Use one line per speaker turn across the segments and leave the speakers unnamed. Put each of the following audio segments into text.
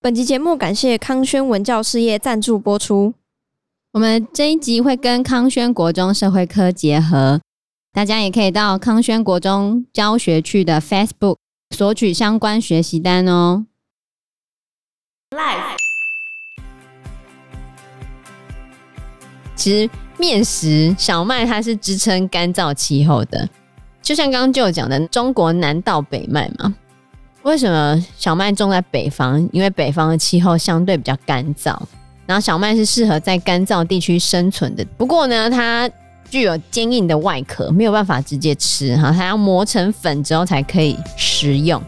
本集节目感谢康轩文教事业赞助播出。
我们这一集会跟康轩国中社会科结合，大家也可以到康轩国中教学区的 Facebook 索取相关学习单哦。其实面食小麦它是支撑干燥气候的，就像刚刚就有讲的，中国南到北麦嘛。为什么小麦种在北方？因为北方的气候相对比较干燥，然后小麦是适合在干燥地区生存的。不过呢，它具有坚硬的外壳，没有办法直接吃哈，它要磨成粉之后才可以食用。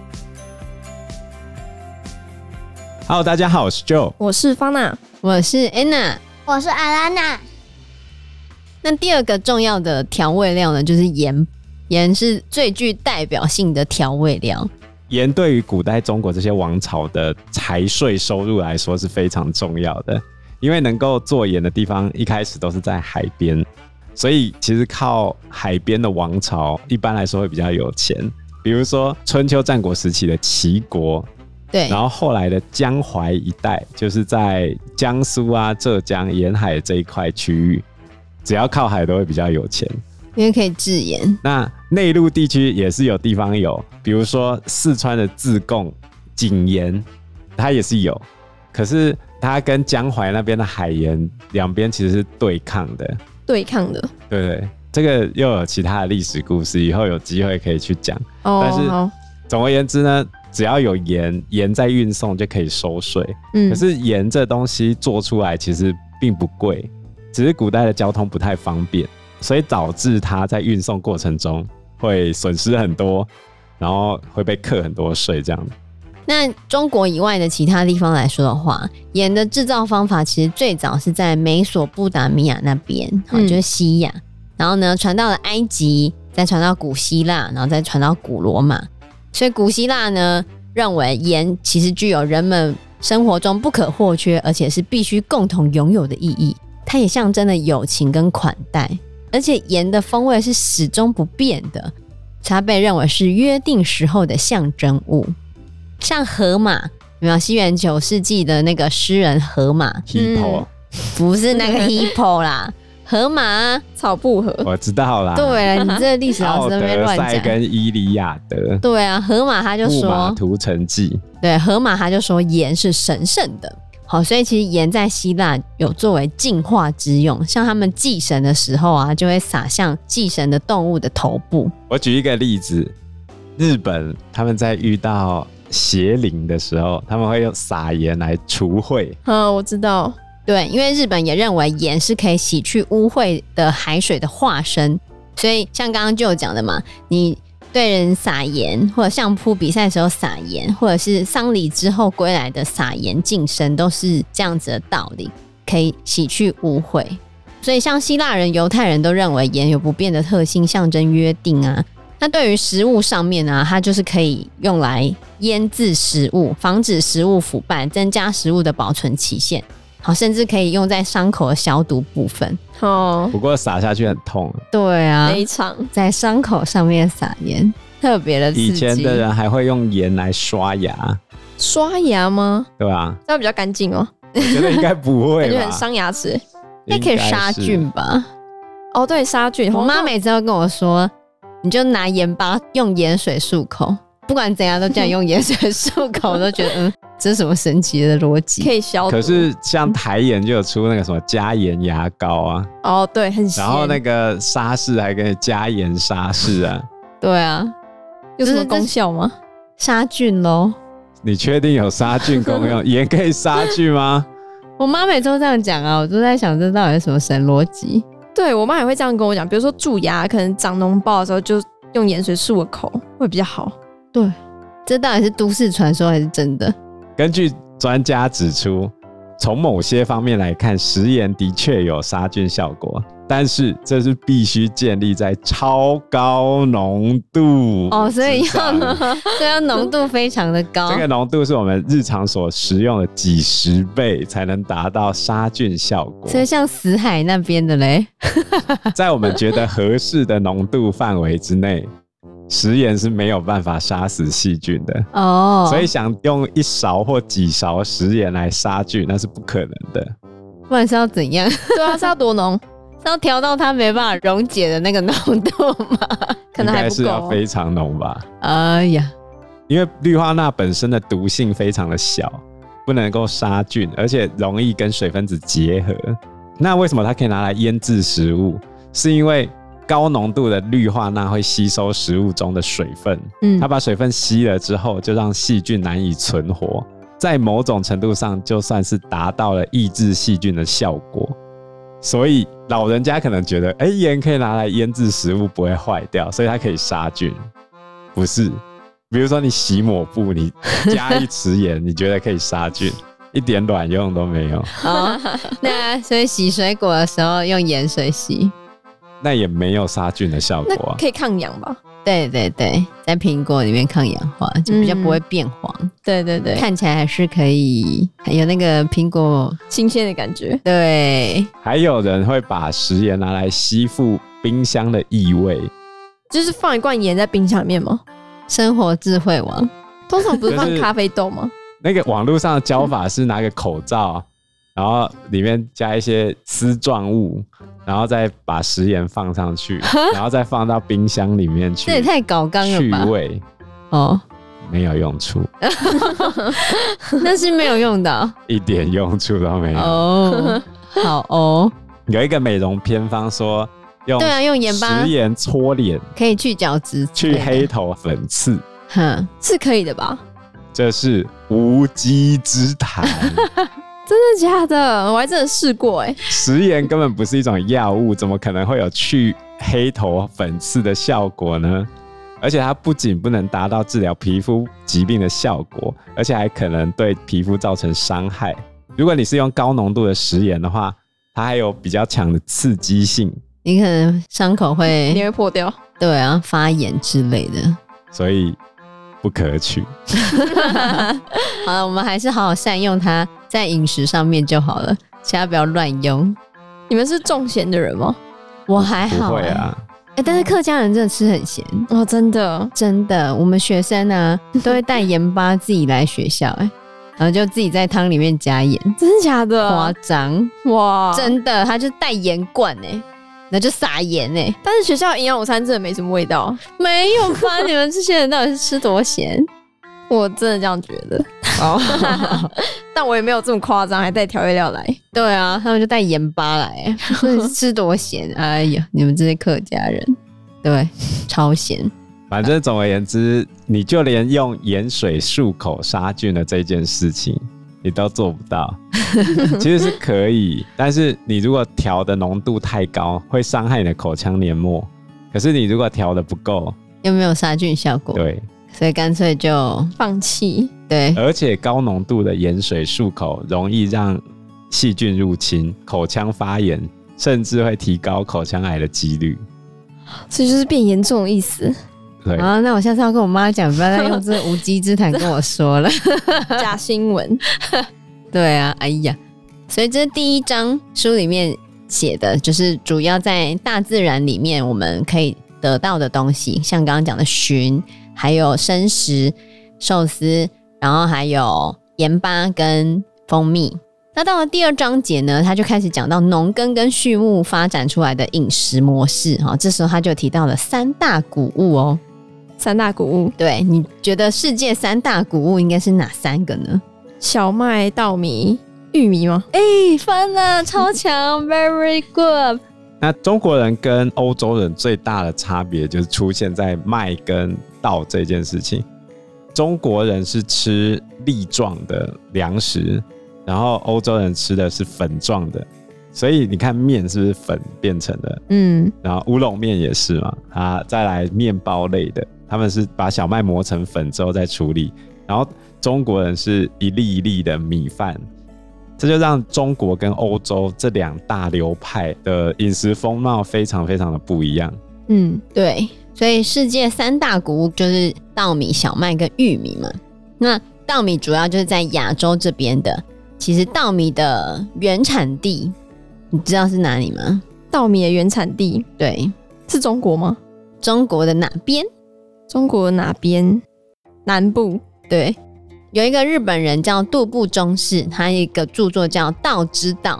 Hello，大家好，我是 Joe。
我是方娜，
我是 Anna。
我是阿拉娜，
那第二个重要的调味料呢，就是盐。盐是最具代表性的调味料。
盐对于古代中国这些王朝的财税收入来说是非常重要的，因为能够做盐的地方一开始都是在海边，所以其实靠海边的王朝一般来说会比较有钱。比如说春秋战国时期的齐国，
对
然，后后来的江淮一带，就是在江苏啊、浙江沿海这一块区域，只要靠海都会比较有钱。
因为可以制盐。
那内陆地区也是有地方有，比如说四川的自贡、井盐，它也是有，可是它跟江淮那边的海盐两边其实是对抗的，
对抗的
对不对？这个又有其他的历史故事，以后有机会可以去讲。
哦
但是
好
总而言之呢，只要有盐，盐在运送就可以收税。
嗯
可是盐这东西做出来其实并不贵，只是古代的交通不太方便，所以导致它在运送过程中会损失很多，然后会被课很多税这样子。
那中国以外的其他地方来说的话，盐的制造方法其实最早是在美索不达米亚那边，好
嗯
就是西亚。然后呢，传到了埃及，再传到古希腊，然后再传到古罗马。所以古希腊呢，认为盐其实具有人们生活中不可或缺，而且是必须共同拥有的意义。它也象征了友情跟款待，而且盐的风味是始终不变的，它被认为是约定时候的象征物。像荷马，有没有西元九世纪的那个诗人荷马，
Hippo，、
不是那个 hippo 啦，荷马啊
草不合，
我知道啦。，
对了，你这历史老师
奥
在那边
德
乱
赛
讲。
跟伊利亚德，
对啊，荷马他就
木马
说，
屠城记，
对，荷马他就说盐是神圣的。好，所以其实盐在希腊有作为净化之用，像他们祭神的时候啊，就会撒向祭神的动物的头部。
我举一个例子，日本他们在遇到邪灵的时候，他们会用撒盐来除秽。
嗯，我知道，
对，因为日本也认为盐是可以洗去污秽的海水的化身，所以像刚刚就有讲的嘛，你对人撒盐，或者相扑比赛的时候撒盐，或者是丧礼之后归来的撒盐净身，都是这样子的道理，可以洗去污秽。所以像希腊人、犹太人都认为盐有不变的特性，象征约定啊。那对于食物上面呢、它就是可以用来腌制食物，防止食物腐败，增加食物的保存期限。好，甚至可以用在伤口的消毒部分。
哦，
不过撒下去很痛，
对啊
非常
在伤口上面撒盐，特别的刺激。
以前的人还会用盐来刷牙，
刷牙吗？
对 吧？
这样比较干净哦，
我觉得应该不
感
会
觉
吧
很？伤牙齿。
那可以杀
应该
菌
是。
吧？
哦，对，杀菌。
我妈
哦
每次都跟我说，你就拿盐巴用盐水漱口，不管怎样都叫你用盐水漱口，我都觉得嗯，这是什么神奇的逻
可
辑？
以消毒。
可是像台盐就有出那个什么加盐牙膏 啊，
哦，对，很咸。
然后那个沙士还给你加盐沙士啊，
对啊，
有什么
就是这
功效吗？
杀菌喽。
你确定有杀菌功用？盐可以杀 菌吗？
我妈每次都这样讲啊，我都在想这到底是什么神逻辑？
对我妈也会这样跟我讲，比如说蛀牙，可能长脓包的时候就用盐水漱个口会比较好。
这到底是都市传说还是真的？
根据专家指出，从某些方面来看，食盐的确有杀菌效果，但是这是必须建立在超高浓度
哦所以
之 上
要所以要浓度非常的高。
这个浓度是我们日常所食用的几十倍，才能达到杀菌效果
所。以像死海那边的嘞，
在我们觉得合适的浓度范围之内，食盐是没有办法杀死细菌的，
哦，
所以想用一勺或几勺食盐来杀菌，那是不可能的。
哦不然是要怎样？ 是
对啊，是要多浓？
要调到它没办法溶解的那个浓度吗？
可
应
能还
该
不
是啊
够
要
哦。
非常浓吧，
哎呀，
因为氯化钠本身的毒性非常的小，不能够杀菌，而且容易跟水分子结合。那为什么它可以拿来腌制食物？是因为高浓度的氯化钠会吸收食物中的水分，
嗯
它，把水分吸了之后，就让细菌难以存活，在某种程度上，就算是达到了抑制细菌的效果。所以老人家可能觉得，哎、盐可以拿来腌制食物，不会坏掉，所以它可以杀菌，不是？比如说你洗抹布，你加一匙盐，你觉得可以杀 菌，一点卵用都没有，
哦，那所以洗水果的时候用盐水洗，
那也没有杀菌的效
那
果、啊。
可以抗氧吧？
对对对，在苹果里面抗氧化，就比较不会变黄，
对对对，
看起来还是可以有那个苹果。
新鲜的感觉。
对，
还有人会把食盐拿来吸附冰箱的异味，
就是放一罐盐在冰箱里面吗？
生活智慧王
通常不是
就
放
是
咖啡豆吗？
那个网络上的教法是拿个口罩，然后里面加一些丝状物，然后再把食盐放 上去，然后再放到冰箱里面去
这也太搞纲了
去
吧？
味，
哦，
没有用处，
那是没有用的哦
一点用处都没有。
哦。好哦，
有一个美容偏方说用
对啊，用盐巴
食盐搓脸
可以去角质之类
去
的，
黑头粉刺，
哼，
是可以的吧？
这是无稽之谈。
真的假的？我还真的试过哎、
食盐根本不是一种药物，怎么可能会有去黑头粉刺的效果呢？而且它不仅不能达到治疗皮肤疾病的效果，而且还可能对皮肤造成伤害。如果你是用高浓度的食盐的话，它还有比较强的刺激性，
你可能伤口会
你会破掉。
对啊，发炎之类的。
所以不可取。
好了，我们还是好好善用它，在饮食上面就好了，其他不要乱用。
你们是重咸的人吗？
我还好、
不会
欸，
啊，
欸但是客家人真的吃很咸，
哦，真的，
真的，我们学生 啊都会带盐巴自己来学校、欸，然后就自己在汤里面加盐，
真的假
夸
的？
张，
哇，
真的，他就带盐罐哎、欸，那就撒盐哎、欸，
但是学校营养午餐真的没什么味道，
没有吧？啊你们这些人到底是吃多咸？
我真的这样觉得。
哦，
但我也没有这么夸张，还带调味料来。
对啊，他们就带盐巴来、欸， 所以吃多 咸？哎呀，你们这些客家人，对，超咸。
反正总而言之，你就连用盐水漱口杀菌的这件事情，你都做不到。 其实是可以，但是你如果调的浓度太高，会伤害你的口腔黏膜。可是你如果调的不够，
又没有杀菌效果，
对，呃
所以干脆就
放弃，
对
而且高浓度的盐水漱口容易让细菌入侵，口腔发炎，甚至会提高口腔癌的几率。
所以就是变严重的意 思。
对，
啊。那我下次要跟我妈讲，不要再用这无稽之谈跟我说了。
假新闻，
对啊，哎呀，所以这是第一章书里面写的，就是主要在大自然里面我们可以得到的东西，像刚刚讲的鲟，还有生食、寿司，然后还有盐巴跟蜂蜜。那到了第二章节呢，他就开始讲到农耕跟畜牧发展出来的饮食模式哈、这时候他就提到了三大谷物哦。
三大谷物：
对，你觉得世界三大谷物应该是哪三个呢？
小麦、稻米、玉米吗？
哎、翻了，超 强，very good。
那中国人跟欧洲人最大的差别就是出现在麦跟稻这件事情。中国人是吃粒状的粮食，然后欧洲人吃的是粉状的，所以你看面是不是粉变成的？
嗯，
然后乌龙面也是嘛，啊，再来面包类的，他们是把小麦磨成粉之后再处理，然后中国人是一粒一粒的米饭，这就让中国跟欧洲这两大流派的饮食风貌非常非常的不一样。
嗯，
对，所以世界三大谷物就是稻米、小麦跟玉米嘛。那稻米主要就是在亚洲这边的，其实稻米的原产地，你知道是哪里吗？
稻米的原产地
对，
是中国吗？
中国的哪边？
中国哪边？南部
对，有一个日本人叫杜部忠士，他一个著作叫《道之道》。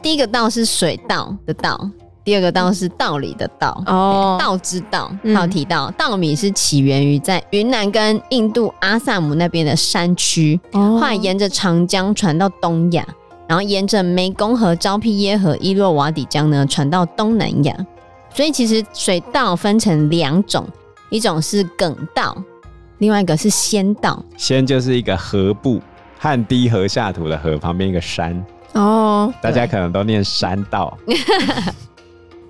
第一个“道”是水稻的“稻”，第二个“道”是道理的“道”。
哦
道之道，
嗯
他有提到、稻米是起源于在云南跟印度阿萨姆那边的山区，
哦
后来沿着长江传到东亚，然后沿着湄公河、昭披耶河、伊洛瓦底江呢传到东南亚。所以其实水稻分成两种，一种是梗稻，另外一个是鲜稻。
先就是一个河部，汗滴禾下土的禾，旁边一个山，
哦，
大家可能都念山道。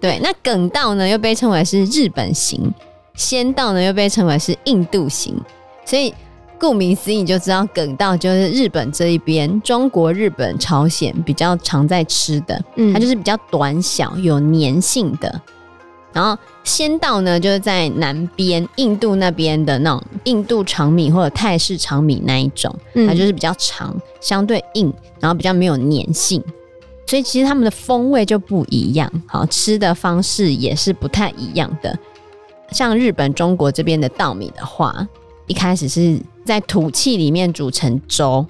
对，那梗稻呢又被称为是日本型，仙稻呢又被称为是印度型，所以顾名思义你就知道梗稻就是日本这一边，中国、日本、朝鲜比较常在吃的，
嗯
它就是比较短小、有粘性的。然后仙稻呢，就是在南边印度那边的那种印度长米或者泰式长米那一种，它就是比较长，相对硬，然后比较没有粘性，所以其实它们的风味就不一样，好吃的方式也是不太一样的。像日本、中国这边的稻米的话，一开始是在土气里面煮成粥，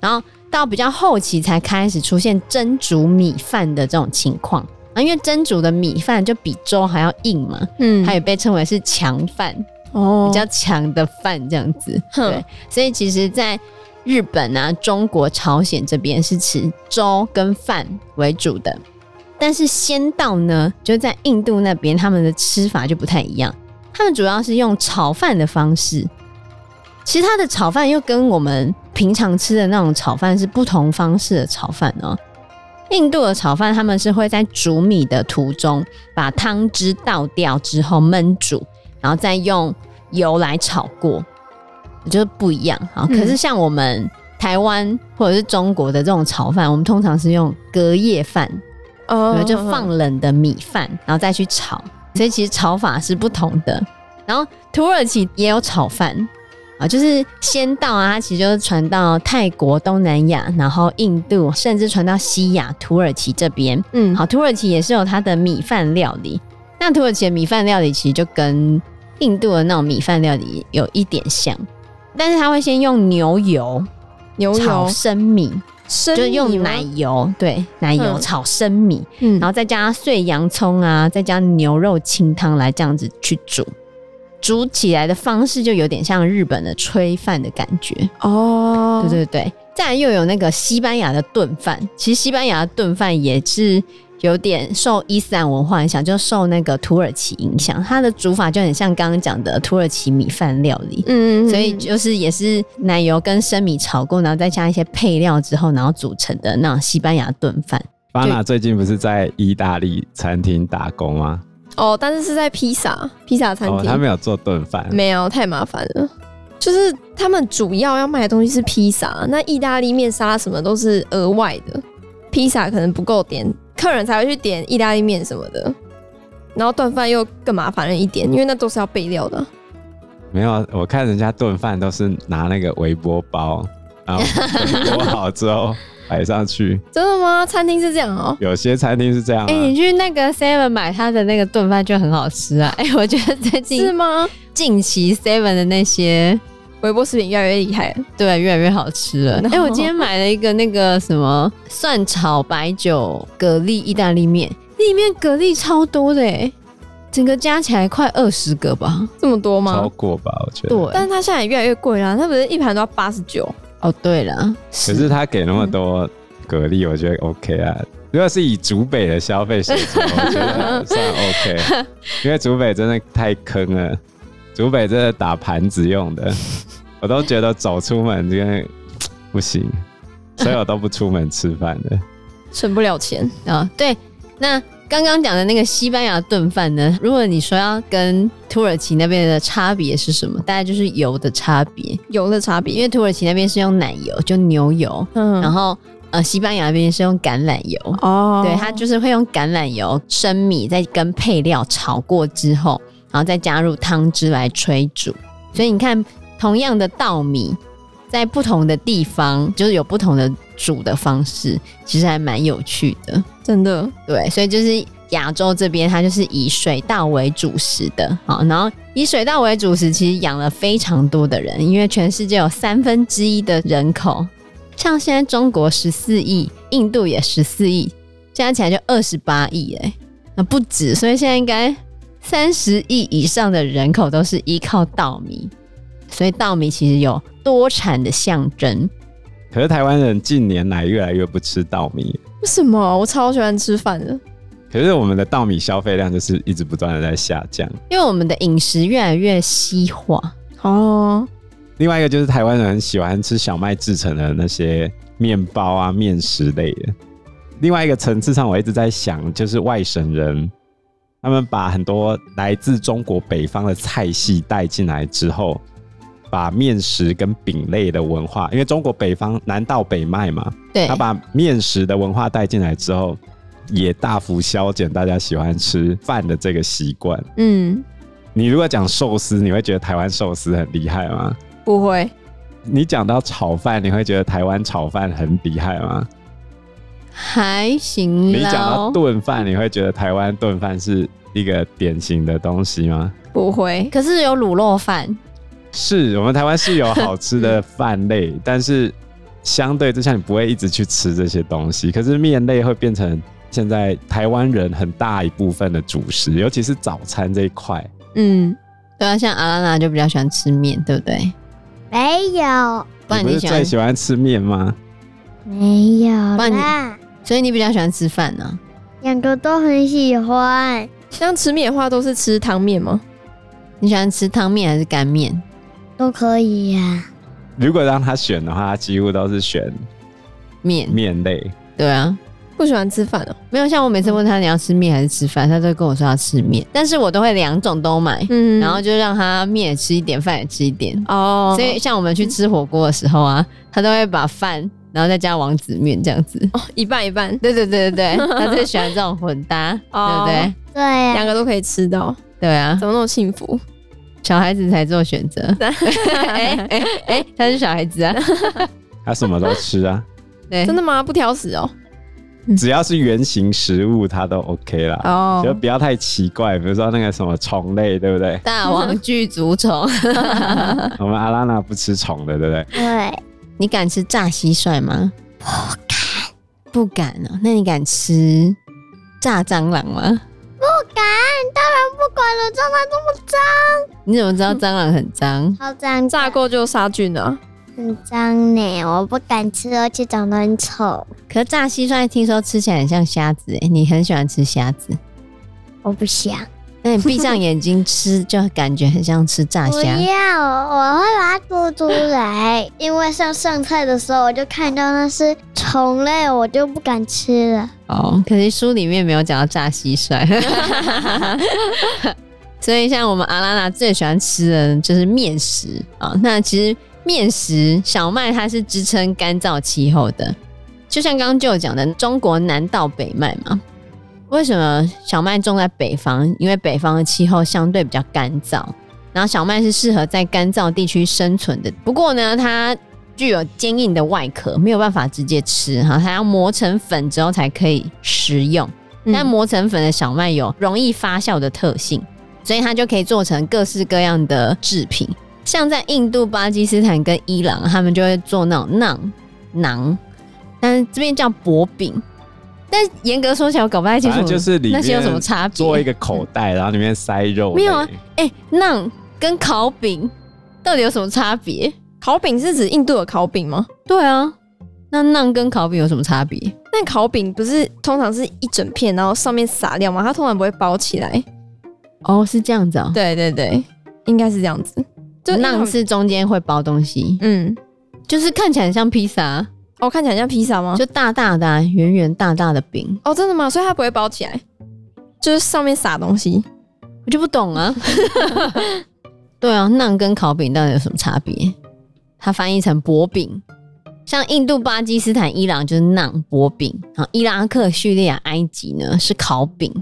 然后到比较后期才开始出现蒸煮米饭的这种情况。啊，因为蒸煮的米饭就比粥还要硬嘛，
嗯
它也被称为是强饭。
哦
比较强的饭这样子。
哼
对，所以其实，在日本啊、中国、朝鲜这边是吃粥跟饭为主的，但是仙道呢，就在印度那边，他们的吃法就不太一样。他们主要是用炒饭的方式，其实它的炒饭又跟我们平常吃的那种炒饭是不同方式的炒饭哦。印度的炒饭，他们是会在煮米的途中把汤汁倒掉之后焖煮，然后再用油来炒过，我觉得不一样啊。可
嗯
是像我们台湾或者是中国的这种炒饭，我们通常是用隔夜饭，
哦
对，就放冷的米饭，然后再去炒，所以其实炒法是不同的。然后土耳其也有炒饭啊，就是先到啊，它其实就是传到泰国、东南亚，然后印度，甚至传到西亚、土耳其这边。
嗯
好，土耳其也是有它的米饭料理。那土耳其的米饭料理其实就跟印度的那种米饭料理有一点像，但是它会先用牛油
牛
炒
油
生米，
生
就是
米
用
吗
奶油，对，奶油
嗯
炒生米。
嗯
然后再加碎洋葱啊，再加牛肉清汤来这样子去煮，煮起来的方式就有点像日本的炊饭的感觉。
哦
对对对，再来又有那个西班牙的炖饭，其实西班牙的炖饭也是有点受伊斯兰文化影响，就受那个土耳其影响，它的煮法就很像刚刚讲的土耳其米饭料理。
嗯，嗯
所以就是也是奶油跟生米炒过，然后再加一些配料之后，然后组成的那种西班牙炖饭。
巴娜最近不是在意大利餐厅打工吗？
哦，但是是在披萨披萨餐
哦，
厅，
他没有做炖饭，
没有太麻烦了。就是他们主要要卖的东西是披萨，那意大利面、沙拉什么都是额外的，披萨可能不够点，客人才会去点意大利面什么的。然后炖饭又更麻烦了一点，因为那都是要备料的。啊
没有，啊我看人家炖饭都是拿那个微波包，然后微波好之后摆上去。
真的吗？餐厅是这样哦、
有些餐厅是这样、啊，
哎、你去那个 Seven 买它的那个炖饭就很好吃啊！ 哎、我觉得最
是
近
吗？
近期 Seven 的那些
微波食品越来越厉害了。
对越来越好吃了。哎、
No
我今天买了一个那个什么蒜炒白酒蛤蜊意大利面，里面蛤蜊超多的哎、整个加起来快二十个吧。
这么多
超
吗？
过吧，我觉
对
得。，
但是它现在也越来越贵啦，它不是一盘都要八十九？
哦对了，
可是他给那么多蛤蜊，我觉得 OK 啊。如果是以竹北的消费水准，我觉得算 OK，因为竹北真的太坑了，竹北真的打盘子用的， 我都觉得走出门这个不行，所以我都不出门吃饭的。
省不了钱。
啊、对，那刚刚讲的那个西班牙炖饭呢？如果你说要跟土耳其那边的差别是什么？大概就是油的差别。
油的差
因
别，
为土耳其那边是用奶油，就牛油，
嗯
然后呃，西班牙那边是用橄榄油，
哦
对，它就是会用橄榄油、生米，再跟配料炒过之后，然后再加入汤汁来炊煮。所以你看，同样的稻米，在不同的地方就是有不同的煮的方式，其实还蛮有趣的。
真的
对，所以就是亚洲这边，它就是以水稻为主食的，好，然后以水稻为主食，其实养了非常多的人，因为全世界有三分之一的人口，像现在中国十四亿，印度也十四亿，加起来就二十八亿，哎，那不止，所以现在应该三十亿以上的人口都是依靠稻米，所以稻米其实有多产的象征。
可是台湾人近年来越来越不吃稻米，
为什么？我超喜欢吃饭的，
可是我们的稻米消费量就是一直不断的在下降。
因为我们的饮食越来越西化，
哦，
另外一个就是台湾人很喜欢吃小麦制成的那些面包啊、面食类的。另外一个层次上，我一直在想，就是外省人，他们把很多来自中国北方的菜系带进来之后，把面食跟饼类的文化，因为中国北方南到北卖嘛，
对
他，把面食的文化带进来之后，也大幅消减大家喜欢吃饭的这个习惯。
嗯，
你如果讲寿司，你会觉得台湾寿司很厉害吗？
不会，
你讲到炒饭，你会觉得台湾炒饭很厉害吗？
还行
你讲到
啦。
炖饭，你会觉得台湾炖饭是一个典型的东西吗？
不会，
可是有卤肉饭，
是我们台湾是有好吃的饭类，但是相对之下，你不会一直去吃这些东西。可是面类会变成现在台湾人很大一部分的主食，尤其是早餐这一块。
嗯，
对啊，像阿拉娜就比较喜欢吃面，对不对？
没有，
不然
不
你
是
喜
最
欢，
喜欢吃面吗？
没有
不然
啦，
所以你比较喜欢吃饭啊呢、
两个都很喜欢，
像吃面的话，都是吃汤面吗？
你喜欢吃汤面还是干面？
都可以啊呀、
如果让他选的话，他几乎都是选
面，
面类。
对啊，
不喜欢吃饭哦、
没有像我每次问他你要吃面还是吃饭，他都跟我说要吃面，但是我都会两种都买，
嗯，
然后就让他面也吃一点，饭也吃一点。
哦，
所以像我们去吃火锅的时候啊，他都会把饭然后再加王子面这样子。
哦一半一半，
对对对对对，他最喜欢这种混搭，对
哦
不对？
对啊呀、
两个都可以吃到，
对啊，
怎么那么幸福？
小孩子才做 选择。哎哎哎，他是小孩子 啊，
他什么都吃啊，
对，？
真的吗？不挑食哦、
只要是圆形食物，他都 OK 啦。就
哦，
不要太奇怪，比如说那个什么虫类，对不 对
大王巨足虫。
我们阿拉娜不吃虫的，对不对？
对， 啊
你敢吃炸蟋蟀吗？不敢，不敢哦。那你敢吃炸蟑螂吗？
不敢，当然不管了，蟑螂这么脏，
你怎么知道蟑螂很脏？
好脏，
炸过就杀菌啊，
很脏呢，我不敢吃，而且长得很丑，
可是炸蟋蟀听说吃起来很像虾子、欸，你很喜欢吃虾子，
我不想，
那你闭上眼睛吃，就感觉很像吃炸
不
虾。
要，我会把它吐出来， 因为上剩菜的时候我就看到那是虫类，我就不敢吃了。
哦，可惜书里面没有讲到炸蟋蟀。 所以，像我们阿拉娜最喜欢吃的就是面食啊、那其实面食，小麦它是支撑干燥气候的，就像刚刚就有讲的，中国南到北麦嘛。为什么小麦种在北方？因为北方的气候相对比较干燥，然后小麦是适合在干燥地区生存的。不过呢，它具有坚硬的外壳，没有办法直接吃哈，它要磨成粉之后才可以食用。
嗯
但磨成粉的小麦有容易发酵的特性，所以它就可以做成各式各样的制品。像在印度、巴基斯坦跟伊朗，他们就会做那种馕馕，但是这边叫薄饼。但严格说起来，我搞不太清
反
楚
正就是里
那
面
些有什么差别。
做一个口袋，然后里面塞肉。
没有啊，哎、馕跟烤饼到底有什么差别？
烤饼是指印度的烤饼吗？
对啊，那馕跟烤饼有什么差别？
但烤饼不是通常是一整片，然后上面撒料吗？它通常不会包起来。
哦，是这样子啊、
对对对，应该是这样子。就
馕是中间会包东西，
嗯，
就是看起来很像披萨，啊
哦，看起来像披萨吗？
就大大的啊、圆圆大大的饼，
哦，真的吗？所以它不会包起来，就是上面撒东西。
我就不懂啊。对啊，馕跟烤饼到底有什么差别？它翻译成薄饼，像印度、巴基斯坦、伊朗就是馕薄饼，然后伊拉克、叙利亚、埃及呢是烤饼，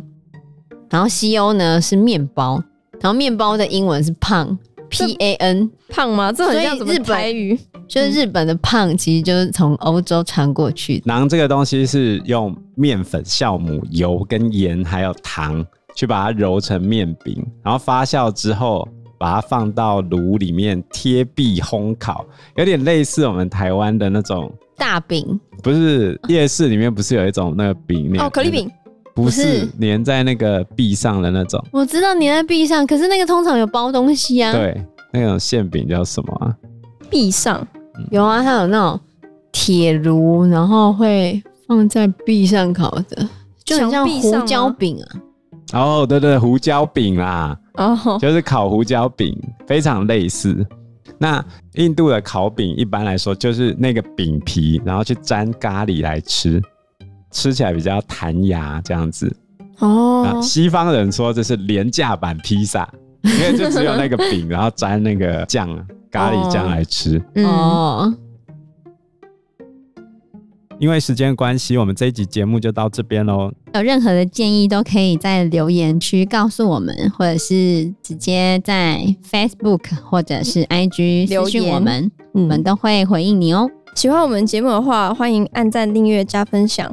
然后西欧呢是面包，然后面包的英文是胖， P A N，
胖吗？这很像什
所以
么
日本
台语？
就是日本的胖，其实就是从欧洲传过去的。
馕这个东西是用面粉、酵母、油跟盐还有糖去把它揉成面饼，然后发酵之后把它放到炉里面贴壁烘烤，有点类似我们台湾的那种，
大饼
不是夜市里面不是有一种那个饼
哦，可丽，饼
粘不
不
是
是
粘在那个壁上的那种，
我知道粘在壁上，可是那个通常有包东西啊。，
对，那种馅饼叫什么啊？
壁上
有啊，它有那种铁炉，然后会放在壁上烤的，就很像
墙壁上
胡
吗
椒饼啊。
哦，对对，胡椒饼啦，
哦，
就是烤胡椒饼，非常类似。那印度的烤饼一般来说就是那个饼皮，然后去沾咖喱来吃，吃起来比较弹牙这样子。那
哦，
西方人说这是廉价版披萨，因为就只有那个饼，然后沾那个酱咖喱酱来吃。
嗯，
哦，
因为时间关系，我们这一集节目就到这边喽。
有任何的建议都可以在留言区告诉我们，或者是直接在 Facebook 或者是 IG
留
私讯
言
我们，我
嗯
们都会回应你哦。
喜欢我们节目的话，欢迎按赞、订阅、加分享。